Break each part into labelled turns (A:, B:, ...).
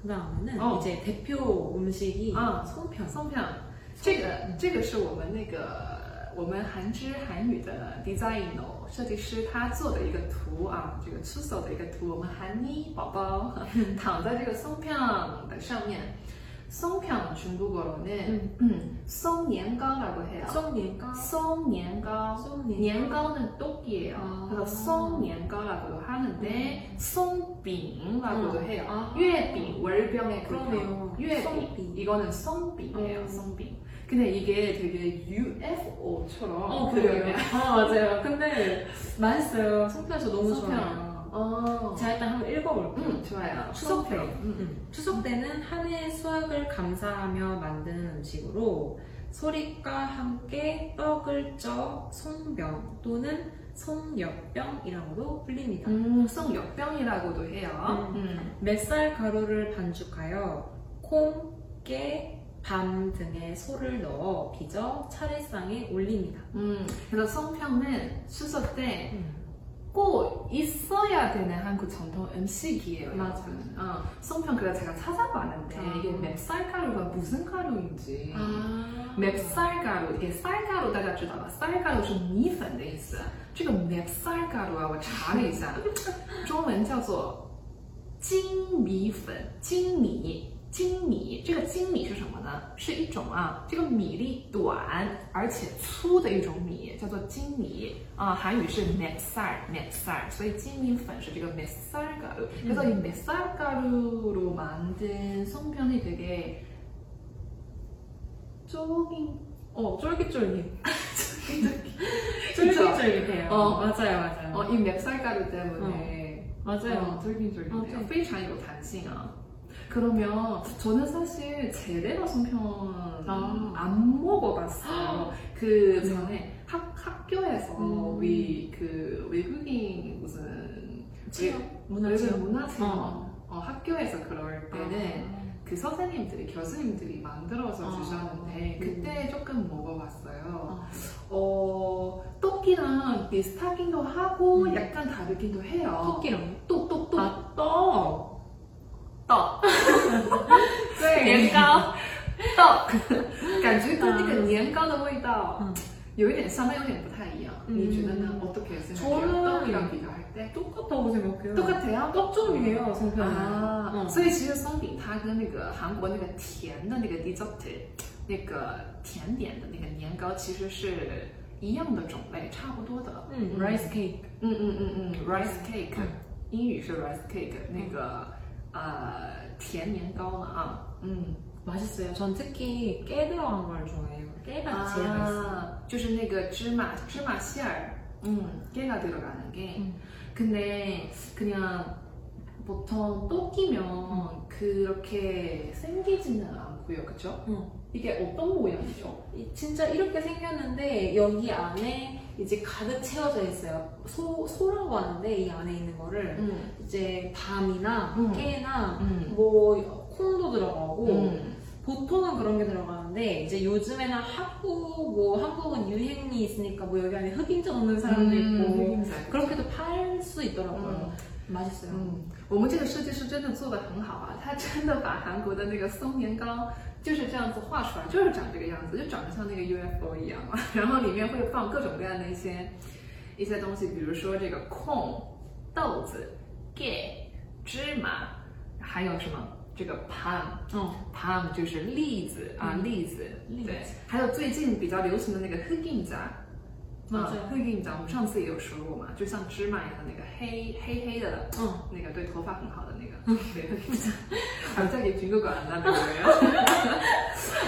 A: 그 다음에는
B: 어.
A: 이제 대표 음식이
B: 아.
A: 송편.
B: 松片，这个这个是我们那个我们韩之韩语的 designer 设计师他做的一个图啊，这个 c h u s o 的一个图，我们韩妮宝宝 躺在这个松片的上面。松片중국어로
A: 嗯
B: 는嗯松年糕라고해요。
A: 음. 송년가
B: 啊松年糕，
A: 송년.
B: 년糕는 떡이에요.
A: 아.
B: 그래서 송 년糕라고도 하는데 송餅라고도
A: 음.
B: 해요.
A: 아.
B: 月饼, 월병에
A: 그러네요.
B: 그런月饼,
A: 송餅.
B: 이거는 송餅이에요.
A: 음.
B: 송餅. 근데 이게 되게 UFO처럼
A: 어, 그래요. 아, 맞아요. 근데 맛있어요. 송편에서 너무
B: 송편.
A: 좋아요.
B: 어.
A: 제가 일단 한번 읽어볼게요.
B: 음, 좋아요.
A: 추석 때.
B: 송편. 음.
A: 음. 추석 때는 한 해의 수확을 감사하며 만드는 음식으로 소릿과 함께 떡을 쪄 송병 또는 송엽병이라고도 불립니다.
B: 음, 송역병이라고도 해요.
A: 음.
B: 음.
A: 맵쌀 가루를 반죽하여 콩, 깨, 밤 등의 소를 넣어 빚어 차례상에 올립니다.
B: 음, 그래서 송편은 추석 때
A: 음.
B: 꼭 있어야 되는 한국 그 전통 음식이에요.
A: 맞아요.
B: 여러분. 어, 송편 그래서 제가 찾아봤는데
A: 아.
B: 이게 맵쌀가루가 무슨 가루인지.
A: 아,
B: 맵쌀가루 이게 쌀가루 다가知道吧쌀가루是米粉的意思这个 맵쌀가루 啊我查了一下 中文叫做精米粉精米精米这个精米是什么呢是一种啊这个米粒短而且粗的一种米叫做精米啊韩语是 맵쌀 맵쌀所以精米粉是这个 맵쌀가루 그래서 이 맵쌀가루로 만든 송편이 되게 쫄깃 어 쫄깃쫄깃
A: 쫄깃쫄깃해요.
B: 어.
A: 맞아요, 맞아요.
B: 어이 맵쌀가루 때문에
A: 맞아요.
B: 어,
A: 어,
B: 쫄깃쫄깃해요
A: 쫄깃.
B: 非常有弹性啊 그러면 저는 사실 제대로 송편
A: 아.
B: 안 먹어봤어요 그
A: 음.
B: 전에 학, 학교에서
A: 음.
B: 위, 그 외국인 무슨
A: 체험, 문화
B: 외국인
A: 체험.
B: 문화 체험
A: 어. 아. 네.
B: 어, 학교에서 그럴 때는 그 선생님들이 교수님들이 만들어서
A: 아.
B: 주셨는데
A: 음.
B: 그때 조금 먹어봤어요.
A: 아.
B: 어 떡이랑 비슷하기도 하고
A: 음.
B: 약간 다르기도 해요.
A: 토끼랑
B: 똑똑똑
A: 어. 아, 떡.
B: 떡.
A: 对
B: 年糕 네. 떡. 그러니까
A: 아.
B: 感觉跟那个年糕的味道
A: 嗯。
B: 有一点像，但有点不太一样。
A: 음.
B: 你觉得呢？ 어떻게 생각해요?
A: 저는-
B: 떡이랑 비교할 때
A: 똑같다고 생각해요.
B: 똑같아요? 음.
A: 떡종류예요, 성편은.
B: 啊，
A: 어.
B: 所以其实松饼它跟那个韩国那个甜的那个 dessert，那个甜点的那个年糕其实是一样的种类，差不多的。
A: 음, rice cake.
B: 嗯嗯嗯嗯，rice cake，、
A: 嗯
B: 英语是 rice cake，那个呃甜年糕嘛啊，嗯，
A: 맛있어요. 전 특히 깨 들어간 걸 좋아해요. 깨가 제일 맛있어요.
B: 啊，就是那个芝麻芝麻馅儿，嗯，깨가들어가는 게、
A: 음.
B: 근데 그냥 보통 떡이면 그렇게 생기지는 않고요, 그렇죠?
A: 응.
B: 이게 어떤 모양이죠?
A: 이- 진짜 이렇게 생겼는데 여기 안에 이제 가득 채워져 있어요. 소, 소라고 하는데 이 안에 있는 거를
B: 응.
A: 이제 밤이나
B: 음.
A: 깨나
B: 응.
A: 뭐 콩도 들어가고
B: 응.
A: 보통은 그런 게 들어가는데 이제 요즘에는 한국 뭐 한국은 유행이 있으니까 뭐 여기 안에 흑임자 넣는 사람도
B: 음.
A: 있고 그렇게도 팔 수 있더라고요. 맛있어요.
B: 嗯，我们这个设计师真的做的很好啊，他真的把韩国的那个松年糕就是这样子画出来，就是长这个样子，就长得像那个 UFO 一样嘛。 然后里面会放各种各样的一些一些东西，比如说这个控、豆子、给、芝麻，还有什么这个 pan。
A: 어.
B: palm 就是栗子啊，
A: 嗯
B: 栗子，
A: 栗子
B: 对，还有最近比较流行的那个 h u g i n j a
A: 맞아
B: 啊
A: 요
B: ，h u g i n j a 我们上次也有说过嘛，就像芝麻一样的那个黑黑黑的，
A: 어.
B: 那个对头发很好的那个，对，还在给军哥管那个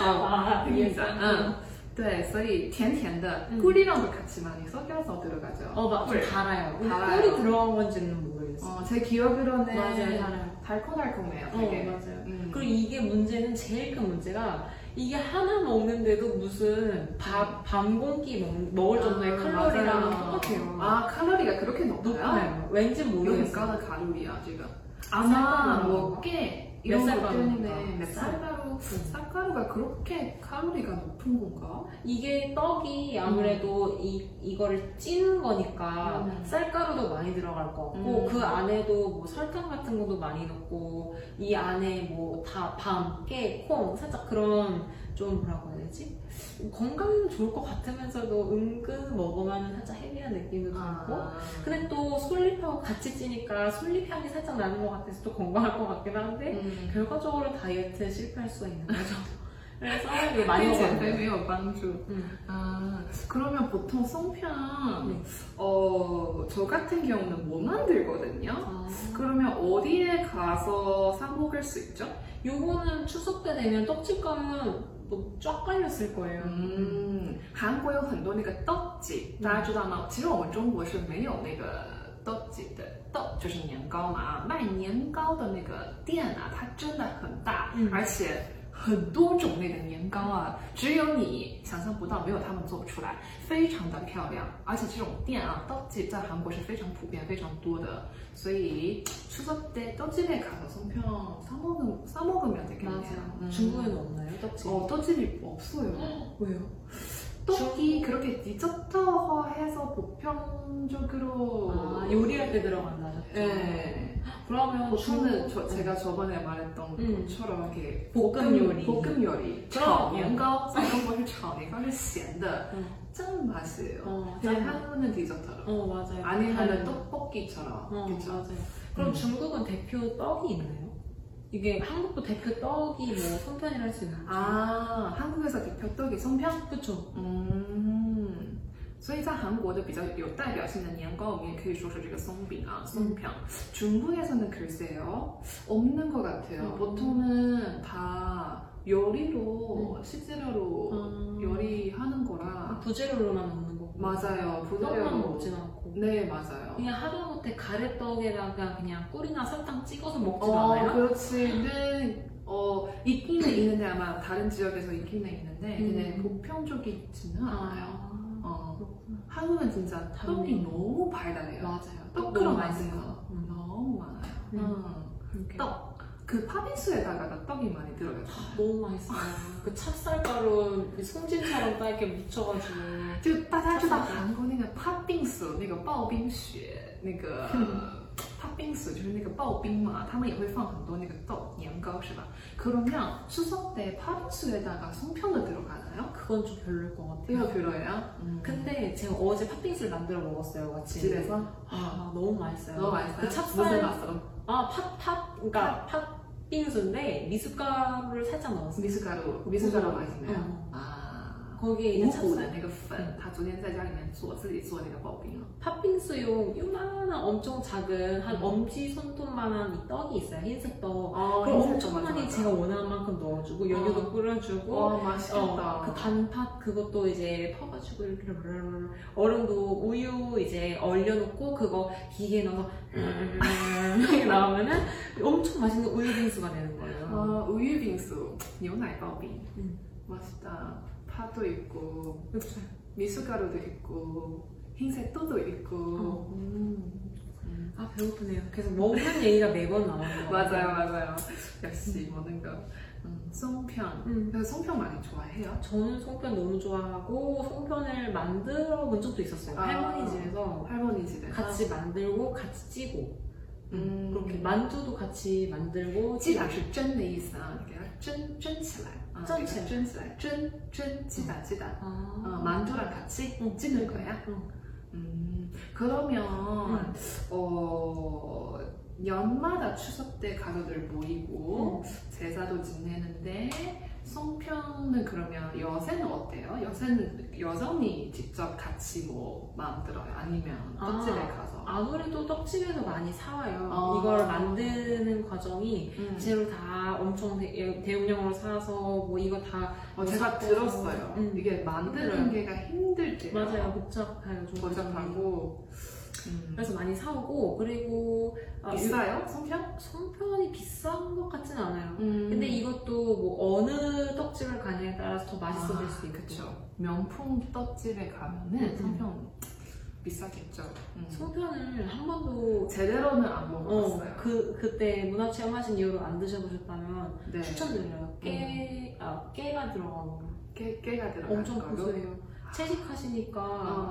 B: 啊，意思，
A: 음. 어.
B: 嗯，对，所以甜甜的，
A: 嗯
B: 咕哩让的卡其嘛，你说叫啥对了，感觉
A: 어, 막 좀 달아요. 근데
B: 달아요.
A: 꿀이 들어간 건지는 모르겠어요.
B: 어, 제 기억으로는
A: 맞아요, 달아요.
B: 달콤달콤해요,
A: 어,
B: 되게.
A: 맞아요.
B: 음.
A: 그리고 이게 문제는 제일 큰 문제가 이게 하나 먹는데도 무슨 밥, 밤 공기 먹, 먹을 정도의
B: 아,
A: 칼로리랑
B: 맞아요.
A: 똑같아요.
B: 아, 칼로리가 그렇게 높아요?
A: 높아요. 왠지
B: 요
A: 모르겠어요.
B: 가칼로리야 지금.
A: 아마
B: 아마
A: 뭐
B: 뭐깨 이런 것
A: 맵쌀가루인가?
B: 때문에 맵쌀가루,
A: 음.
B: 쌀가루가 그렇게 칼로리가 높은 건가?
A: 이게 떡이 아무래도 이, 이거를 찌는 거니까
B: 음.
A: 쌀가루도 많이 들어갈 것 같고
B: 음.
A: 그 안에도 뭐 설탕 같은 것도 많이 넣고 이 안에 뭐 다 밤, 깨, 콩 살짝 그런 좀 뭐라고 해야 되지? 건강은 좋을 것 같으면서도 은근 먹으면 살짝 헤비한 느낌도
B: 아.
A: 들고 근데 또 솔잎하고 같이 찌니까 솔잎 향이 살짝 나는 것 같아서 또 건강할 것 같긴 한데
B: 음.
A: 결과적으로 다이어트에 실패할 수가 있는 거죠. 그래서 이거 많이
B: 많이
A: 먹어야 돼요.
B: 减肥没有帮助.
A: 음.
B: 아, 그러면 보통 송편,
A: 네.
B: 어, 저 같은 경우는 못 만들거든요.
A: 아.
B: 그러면 어디에 가서 사 먹을 수 있죠?
A: 요거는 추석 때 되면 떡집 가면 뭐쫙 깔렸을 거예요. 음.
B: 嗯，韩国有很多那个떡 집，大家知道吗？其实我们中国是没有那个떡 집 的，떡就是年糕嘛啊，卖年糕的那个店啊，它真的很大，
A: 嗯
B: 而且。很多种类的年糕啊，只有你想象不到，没有他们做不出来，非常的漂亮。而且这种店啊，떡 집在韩国是非常普遍、非常多的，所以추석때떡집에가서송편사먹으사먹으면되겠네요
A: 맞아.
B: 음.
A: 중국에는 없나요 떡집?
B: 어, 떡집이 없어요.
A: 嗯 왜요?
B: 떡이 그렇게 디저트화해서 보편적으로
A: 아, 요리할 때 들어간다.
B: 예.
A: 그러면 네.
B: 저는 저,
A: 중국- 네.
B: 제가 저번에 말했던
A: 음.
B: 것처럼 이렇게
A: 볶음 요리.
B: 볶음
A: 그럼.
B: 요리, 炒年糕, 쌀국수 炒年糕是咸的,
A: 음.
B: 짠 맛이에요.
A: 어,
B: 근데
A: 짠.
B: 한국은 디저트로,
A: 어 맞아요.
B: 아니면은
A: 다른-
B: 떡볶이처럼,
A: 어
B: 그쵸?
A: 맞아요. 그럼
B: 음.
A: 중국은 대표 떡이 있나요? 이게 한국도 대표 떡이 뭐 송편이라 할 수 있나요?
B: 아, 한국에서 대표 떡이 송편?
A: 그쵸. 음.
B: 嗯，所以在韩国的比较有代表性的年糕，我们也可以说是这个松饼啊、松饼。중국에서는글쎄요없는것같아요
A: 음.
B: 보통은다요리로식재료로
A: 네. 음.
B: 요리하는거라
A: 부재료로만 먹는 거고.
B: 맞아요부드려
A: 떡만
B: 로
A: 먹진 않고.
B: 네맞아요
A: 그냥 하다못해 가래떡에다가 그냥 꿀이나 설탕 찍어서 먹지
B: 어
A: 않아요?
B: 그렇지는 어 있기는 있는데 아마 다른 지역에서 있기는 있는데
A: 음.
B: 근데 보편적이지는 않아요.
A: 아,
B: 어
A: 그렇구나.
B: 한국은 진짜 떡이
A: 당연히.
B: 너무 발달해요.
A: 맞아요.
B: 떡으로
A: 맛있어요.
B: 만든거 너무 많아요.
A: 음.
B: 음.
A: 그렇게.
B: 떡. 그 팥빙수에다가가 떡이 많이 들어요.
A: 너무 맛있어요. 그 찹쌀가루 그 송진처럼 딱 이렇게 묻혀가지고.
B: 就大家知道
A: 是的
B: 韩国那个팥빙수那个刨冰雪那个팥빙수就是那个刨冰嘛，他们也会放很多那个豆年糕是吧？그러면추석때팥빙수에다가송편도들어가나요
A: 그건 좀 별로일 것 같아요.
B: 이거 별로예요. 음.
A: 근데 제가 어제 팥빙수를 만들어 먹었어요, 마침.
B: 집에서
A: 아, 너무 맛있어요.
B: 너무 맛있어요.
A: 그
B: 무슨
A: 찹쌀,
B: 맛으로?
A: 아, 팥, 팥, 그러니까 팥빙수인데 미숫가루를 살짝 넣었어요.
B: 미숫가루 미숫가루 맛있네요.
A: 어.
B: 아，
A: 거기에
B: 五
A: 이제
B: 谷
A: 찹쌀.
B: 的那个粉，他昨天在家里面做自己做那个刨冰了。
A: 팥빙수용 요만한 엄청 작은 한
B: 음.
A: 엄지 손톱만한 이 떡이 있어요 흰색 떡.
B: 어,
A: 그걸 엄청 많이 제가 원하는 만큼 넣어주고 연유도
B: 어.
A: 뿌려주고
B: 와
A: 어,
B: 맛있겠다.
A: 그 단팥 그것도 이제 퍼가지고 이렇게 르르르. 얼음도 우유 이제 얼려놓고 그거 기계에 넣어서 이렇게 나오면은 엄청 맛있는 우유 빙수가 되는 거예요.
B: 어, 우유 빙수, 牛奶 刨빙.
A: 음.
B: 맛있다. 파도 있고
A: 그렇죠.
B: 미숫가루도 있고 흰색 또도 있고.
A: 어.
B: 음. 음.
A: 아 배고프네요. 계속 먹는 얘기가 매번 나와요.
B: 맞아요, 맞아요. 역시 먹는 거. 음, 송편.
A: 음.
B: 그래서 송편 많이 좋아해요.
A: 저는 송편 너무 좋아하고 송편을 만들어 본 적도 있었어요.
B: 아.
A: 할머니 집에서
B: 할머니 집에
A: 같이 만들고 같이 찌고
B: 음.
A: 그렇게 만두도 같이 만들고
B: 鸡打是蒸的意思啊，你给它蒸蒸起来，啊
A: 蒸
B: 给它
A: 起来
B: 蒸起来，蒸蒸鸡打鸡打， 어,
A: 아,
B: 만두랑 같이
A: 응.
B: 찍는 거야?
A: 응.
B: 음, 그러면 어, 연마다 추석 때 가족들
A: 음。
B: 모이고 제사도 지내는데 송편은 그러면 여세는 어때요? 여세는 여성이 직접 같이 뭐 마음들어요? 아니면
A: 아.
B: 떡집에 가서?
A: 아무래도 떡집에서 많이 사와요.
B: 아.
A: 이걸 만드는 과정이
B: 음.
A: 재료 다 엄청 대- 대용량으로 사서 뭐 이거 다
B: 어, 제가 들었어요.
A: 음.
B: 이게 만드는 게가 힘들대요.
A: 맞아요 복잡해요 좀
B: 복잡하고 음.
A: 그래서 많이 사오고 그리고 아,
B: 비싸요? 송편?
A: 송편이 비싼 것 같진 않아요. 근데
B: 근데
A: 이것도 뭐 어느 떡집을 가냐에 따라서 더 맛있어질
B: 아,
A: 수 있고.
B: 그쵸. 명품 떡집에 가면은
A: 음.
B: 성평 비싸겠죠. 음.
A: 송편을 한 번도
B: 제대로는 안
A: 어,
B: 먹어봤어요.
A: 그, 그때 문화체험 하신 이후로 안 드셔보셨다면
B: 네.
A: 추천드려요. 깨, 아, 깨가 들어간
B: 깨, 깨가 들어간
A: 엄청
B: 걸로.
A: 고소해요. 아. 채식하시니까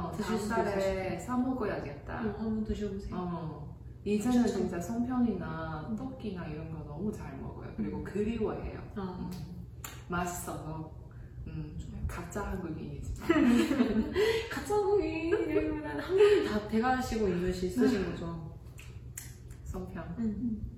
B: 어,
A: 드실 수도 있어요.
B: 다음날에 사 먹어야겠다.
A: 한번 드셔보세요.
B: 어. 음. 이제는
A: 진짜.
B: 진짜 송편이나 떡이나 이런 거 너무 잘 먹어요. 그리고
A: 음.
B: 그리워해요.
A: 아,
B: 맛있어서. 음, 가짜 한국인이지만.
A: 가짜 고기 이러면 한국이 다 돼가시고 있으시- 있으신 거죠.
B: 송편.
A: 음.